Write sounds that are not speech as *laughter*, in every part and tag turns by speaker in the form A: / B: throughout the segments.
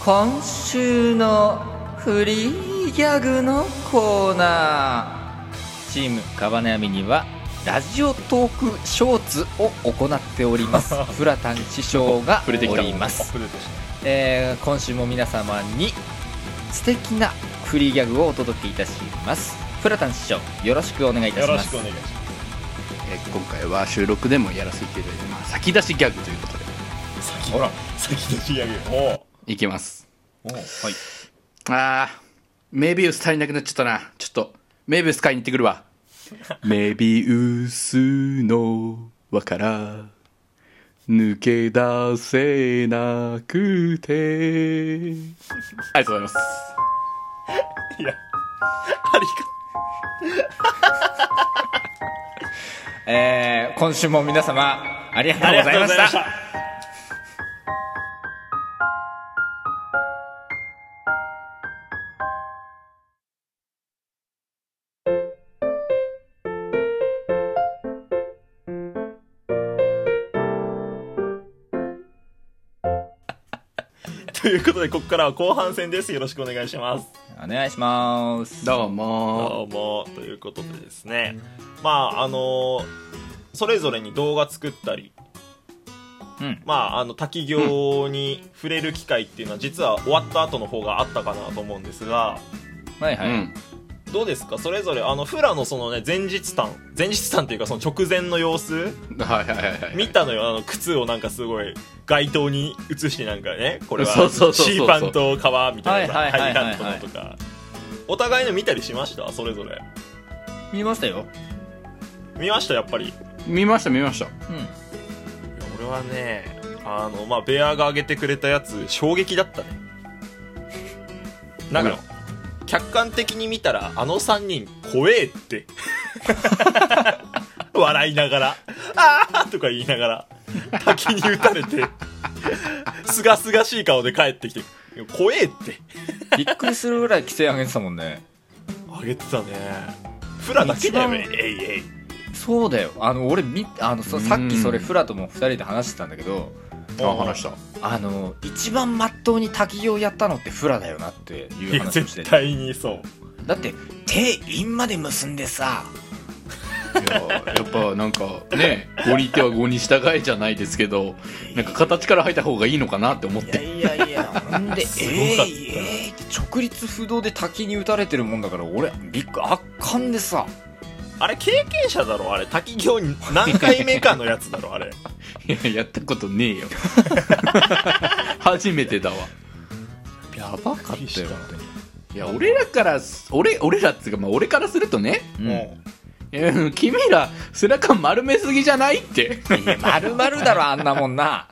A: 今週のフリーギャグのコーナーチームカバネアミにはラジオトークショーツを行っております
B: *laughs*
A: フラタン師匠が
B: 触れてき
A: お
B: た
A: ります
B: 触、れてきた
A: えー今週も皆様に素敵なフリーギャグをお届けいたしますフラタン師匠よろしくお願いいた
B: よ
A: し
B: ろ
A: ま
B: し
A: す
B: くお願いします
C: えー今回は収録でもやらせていただいて、まあ、先出しギャグということで
B: 先ほら先出しやげよおう
C: いきます
B: おう
A: はい
C: あーメビウス足りなくなっちゃったなちょっとメビウス買いに行ってく
A: *laughs*
C: るわメビウスの輪から抜け出せなくてありがとうございます
B: いやありか
C: *laughs*
A: えー今週も皆様ありがとうございました
B: *laughs* ということでここからは後半戦ですよろしくお願いします
A: お願いします
C: どうも
B: どうもということでですねまああのーそれぞれに動画作ったり
A: うん
B: まああの滝行に触れる機会っていうのは実は終わった後の方があったかなと思うんですが
A: はいはい、
C: うん
B: どうですかそれぞれあのフラのそのね前日譚前日譚っていうかその直前の様子
C: はいはいはいはい
B: 見たのよあの靴をなんかすごい街灯に映してなんかねこれは
C: そうそうそうそう
B: シーパンと革みたいな
A: はいはいはいはい
B: ハイハットのとかお互いの見たりしましたそれぞれ
A: 見ましたよ
B: 見ましたやっぱりいや
C: 見ました見ました
A: うん
B: 俺はねあのまあベアが上げてくれたやつ衝撃だったねなん
C: お
B: か
C: や
B: 客観的に見たらあの3人怖えって *laughs* 笑いながら「ああ!」とか言いながら滝に打たれてすがすがしい顔で帰ってきて「怖えって
A: びっくりするぐらい規制上げてたもんね
B: あげてたねフラだけだよね
A: 一
B: えいえい
A: そうだよあの俺みあのそ
C: うん
A: さっきそれフラとも2人で話してたんだけど
C: あ話した
A: あの一番まっとうに滝行やったのってフラだよなってい
B: いうや
A: 話をして
B: 絶
A: て
B: 対にそう
A: だって手印まで結んでさ
C: いややっぱなんかね5に手は5に従えじゃないですけどなんか形から入った方がいいのかなって思っ
A: いや
C: て
A: いやいやほん *laughs* で「え
B: すごかった
A: いえい」って直立不動で滝に打たれてるもんだから俺びっく圧巻でさ
B: あれ経験者だろあれ滝行に何回目かのやつだろあれ
C: いややったことねえ *laughs* よ初めてだわ
A: やばか
B: びっくりした
A: 本
C: いや俺らからす俺俺らっつうか、まあ、俺からするとね
A: 当に
B: も
C: うん君ら背中丸めすぎじゃないって
A: うんいや丸々だろあんなもんな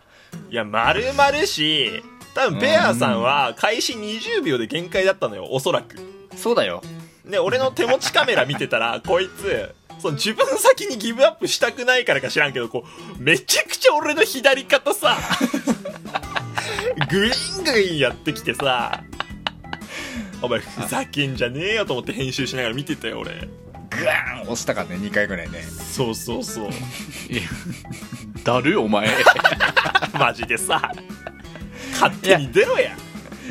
B: ういや丸々し多分ベアさんは開始20秒で限界だったのよおそらく
A: そうだよ
B: で俺の手持ちカメラ見てたら *laughs* こいつその自分先にギブアップしたくないからか知らんけどこうめちゃくちゃ俺の左肩さ *laughs* グイングインやってきてさお前ふざけんじゃねえよと思って編集しながら見てたよ俺
A: グワーン押したからね2回ぐらいね
B: そうそうそう
C: いやだるいお前
B: マジでさ勝手に出ろや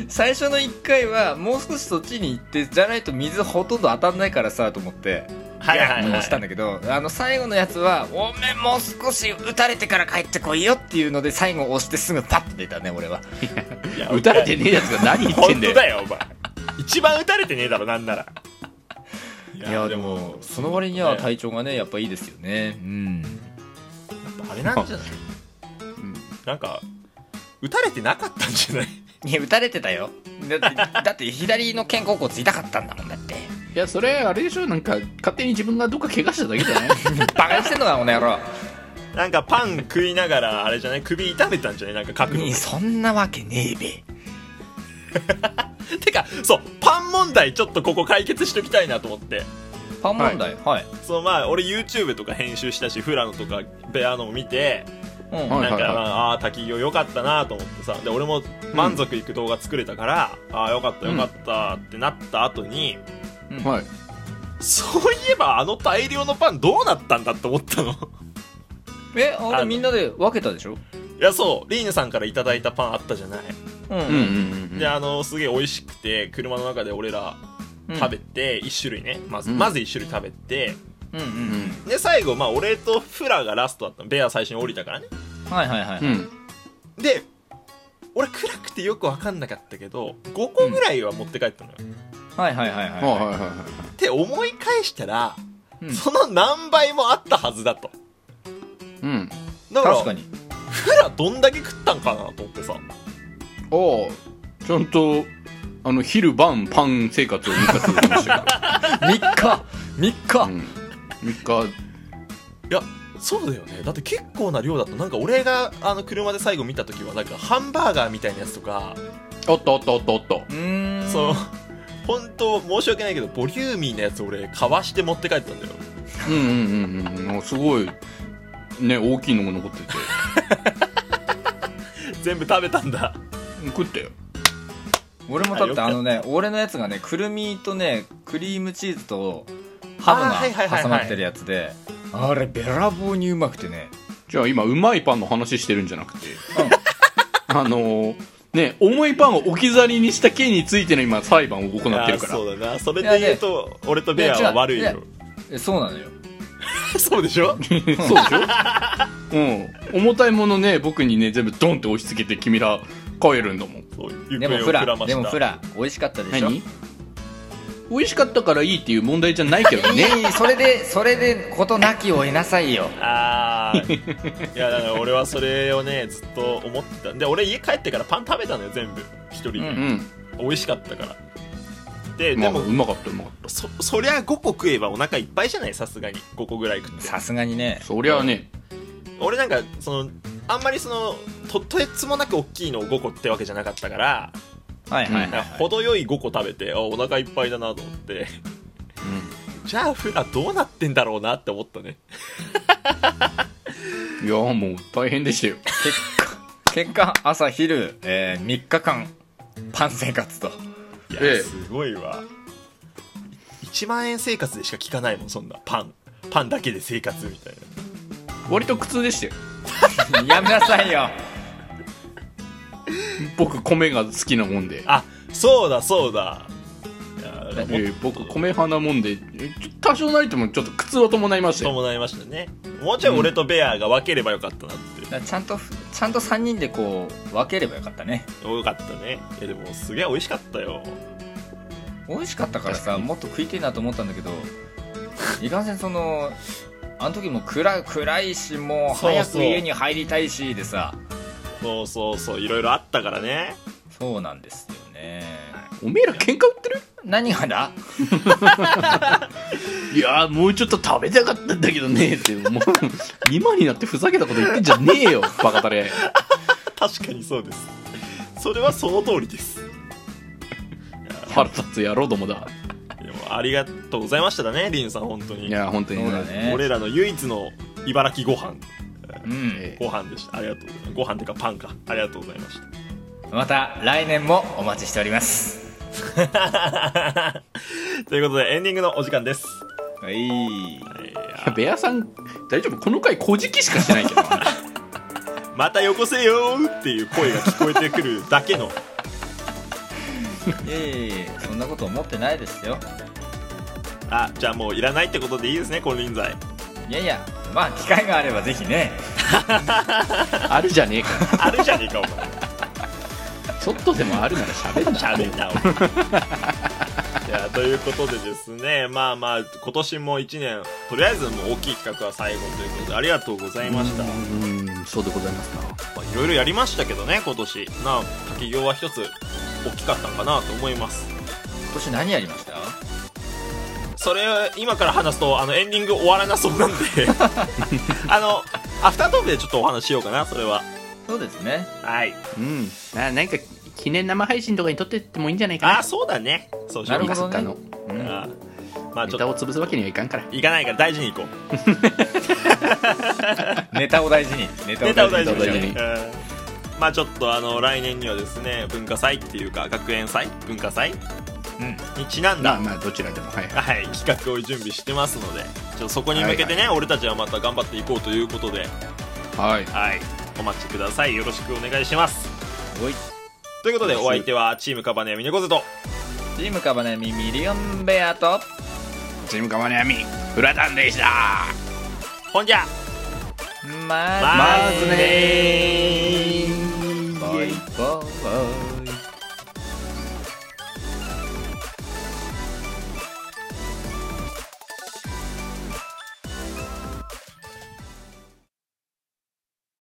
A: 最初の1回はもう少しそっちに行ってじゃないと水ほとんど当たんないからさと思って
B: はいはいはい
A: ガンと押したんだけどあの最後のやつは「おめえもう少し打たれてから帰ってこいよ」っていうので最後押してすぐパッと出たね俺は
C: 打たれてねえやつが何言って
B: 本当
C: んだよ
B: だよお前一番打たれてねえだろなんならい
A: いやでもその割には体調がねやっぱいいですよねうん
B: あれなんじゃない
C: ん
B: なんか打たれてなかったんじゃない
A: いや打たれてたよだって *laughs* だって左の肩甲骨痛かったんだもんだって
C: いやそれあれでしょなんか勝手に自分がどっか怪我しただけ
A: *laughs*
C: じゃない
A: *laughs* バカにしてんのかこの野郎
B: なんかパン食いながらあれじゃない首痛めたんじゃないなんか角度
A: *laughs* いやそんなわけねえべ
B: てかそうパン問題ちょっとここ解決しときたいなと思って
A: パン問題はい、
B: そのまあ俺 YouTube とか編集したしフラノとかベアノも見て
A: うん
C: はい
B: なんか、まあ、あー滝行良かったなと思ってさで俺も満足いく動画作れたから、ああ良かった良かったってなった後に、
A: うん
C: はい
B: そういえばあの大量のパンどうなったんだって思ったの *laughs* い
A: えあ
B: あ
A: れ
B: の
A: みんなで分けたでしょ
B: やそうリーヌさんからいただいたパンあったじゃない
A: うん
C: うんうんうん
B: であのすげえ美味しくて車の中で俺ら
A: うん
B: 食べて1種類ねまず、
C: うん
B: まず1種類食べて
A: うんう
C: うんん
B: で最後まあ俺とフラがラストだったのベア最初に降りたからね
A: うんはいはいはい、
C: うん
B: で俺暗くてよく分かんなかったけど5個ぐらいは持って帰ったのよ、
A: はいはいはい
C: はいはい
A: は
C: はいはい
B: って思い返したら、
A: うん
B: その何倍もあったはずだと
C: うん
B: だ
A: い
B: から
A: 確かに
B: フラどんだけ食ったんかなと思ってさ
C: おおちゃんとあの昼晩パン生活を生かすま
A: *laughs*
C: したけ
A: 3日3
C: ど、
A: 日、
C: うん、3日
B: いやそうだよねだって結構な量だったなんか俺があの車で最後見た時はなんかハンバーガーみたいなやつとか、
C: おっとおっとおっとおっと
A: うーん
B: そう本当申し訳ないけどボリューミーなやつ俺かわして持って帰ったんだよ
C: うんうんうんうんうんすごいね大きいのも残ってて
B: 全部食べたんだ
C: 食ったよ
A: 俺もだっ
B: あよ
A: て
B: かっ
A: あ
B: た
A: のね俺のやつがねくるみとねクリームチーズとハ
B: あーはいはい
A: ム
B: は
A: が
B: いはい
A: 挟まってるやつであれべらぼうにうまくてね
C: じゃあ今うまいパンの話してるんじゃなくて、あのーね重いパンを置き去りにした件についての今裁判を行ってるか
B: あ
C: ら
B: ーそうだなそれで言うと俺とベアは悪い
A: いや違
B: よ
A: うえそうなのよ
B: そうでしょ
C: そうでしょ、うん、重たいものね僕にね全部ドンって押し付けて君ら帰るんだもん
B: そう行
A: *laughs* でも
B: 方
A: フ
B: をくら
A: ラ
B: ました
A: でもフラ美味しかったでしょ
C: 何美味しかったからいいっていう問題じゃないけどね
A: いいそれでそれで事なきを得なさいよ
B: ああいやだから俺はそれをねずっと思ってたで俺家帰ってからパン食べたのよ全部一人で、
A: う
C: *laughs* うん
B: 美味しかったからで
C: ま
B: で
C: あ
B: も、
C: うまかったうまかっ
B: そそりゃ5個食えばお腹いっぱいじゃないさすがに5個ぐらい食って
A: さすがにね
C: たそりゃあね
B: 俺なんかそのあんまりそのととてつもなく大きいのを5個ってわけじゃなかったから
A: はいはいはい、
C: うん
A: はい
B: 程よい5個食べてあお腹いっぱいだなと思ってじゃあフラどうなってんだろうなって思ったね
C: いやもう大変でしたよ
A: 結果朝昼、え3日間パン生活
B: *laughs*
A: と
B: いや、
C: ええ
B: すごいわ1万円生活でしか聞かないもんそんなパンパンだけで生活みたいな
C: 割と苦痛でしたよ
A: やめなさいよ
C: 僕米が好きなもんで
B: あそうだそうだいや
A: え
C: えー僕米派なもんでえちょ多少なりともちょっと苦痛を伴いましたよ
B: 伴いましたねもうちょい俺とベアが分ければよかったなって、
A: だからちゃんとちゃんと3人でこう分ければよかったね
B: よかったねえでもすげえ美味しかったよ
A: 美味しかったから
C: 確
A: さもっと食いてえなと思ったんだけどいかんせんそのあの時も暗い暗いしもう
B: そうそう
A: 早く家に入りたいしでさ
B: そうそうそういろいろあったからね *laughs*
A: そうなんですよね
C: おめえら喧嘩売ってる
A: 何がだ
C: いやーもうちょっと食べたかったんだけどねって *laughs* もう今になってふざけたこと言ってんじゃねえよバカタレ
B: 確かにそうですそれはその通りです
C: 腹立つ野郎どもだ
B: でもありがとうございましただねリンさん本当
C: い
B: に、
C: や本当に
A: そうだね
B: 俺らの唯一の茨城ご飯
A: うん
C: え
B: ご飯でしたありがとうご飯っていうかパンかありがとうございました *laughs*
A: また来年もお待ちしております
B: ということでエンディングのお時間です。
A: はい
B: い
C: ー
B: や
C: ベアさん大丈夫この回「古事記」しかしてないけど *laughs* な
B: またよこせよーっていう声が聞こえてくるだけの
A: いえいえそんなこと思ってないですよ
B: あじゃあもういらないってことでいいですね金輪際
A: いやいやまあ機会があればぜひね
C: あるじゃねえか
B: あるじゃねえかお前
C: ちょっとでもあるなら喋んな
B: しゃ *laughs* べんなお前いやということでですねまあまあ今年も1年とりあえずもう大きい企画は最後ということでありがとうございました
C: うーんそうでございますな
B: まあいろいろやりましたけどね今年なあ滝行は一つ大きかったのかなと思います
A: 今年何やりました
B: それ今から話すとあのエンディング終わらなそうなんであのアフタートークでちょっとお話ししようかなそれは
A: そうですね
B: はい
C: うんあなんか記念生配信とかに撮ってってもいいんじゃない
B: あそうだねそうしよう
A: な
B: か
A: るほどね
C: いつかの
A: うん
B: あまあちょっ
C: を
B: と
C: 潰すわけにはいかんから
B: 行かないから大事に行こう
A: ネタを大事にネタ
B: ネタを大事に
C: ネタを大事に
B: うんまあちょっとあの来年にはですね文化祭っていうか学園祭文化祭
A: うん
B: にちなん
C: まあ
B: だ、
C: まあどちらでもはいはい
B: はい、企画を準備してますのでちょっとそこに向けてね、俺たちはまた頑張っていこうということで
C: はい
B: はいお待ちくださいよろしくお願いします
A: おい
B: ということでお相手はチームカバネミネコゼと
A: チームカバネミミリオンベアと
C: チームカマネアミフラタンでした
B: ほんじゃ
A: ま
B: まずねー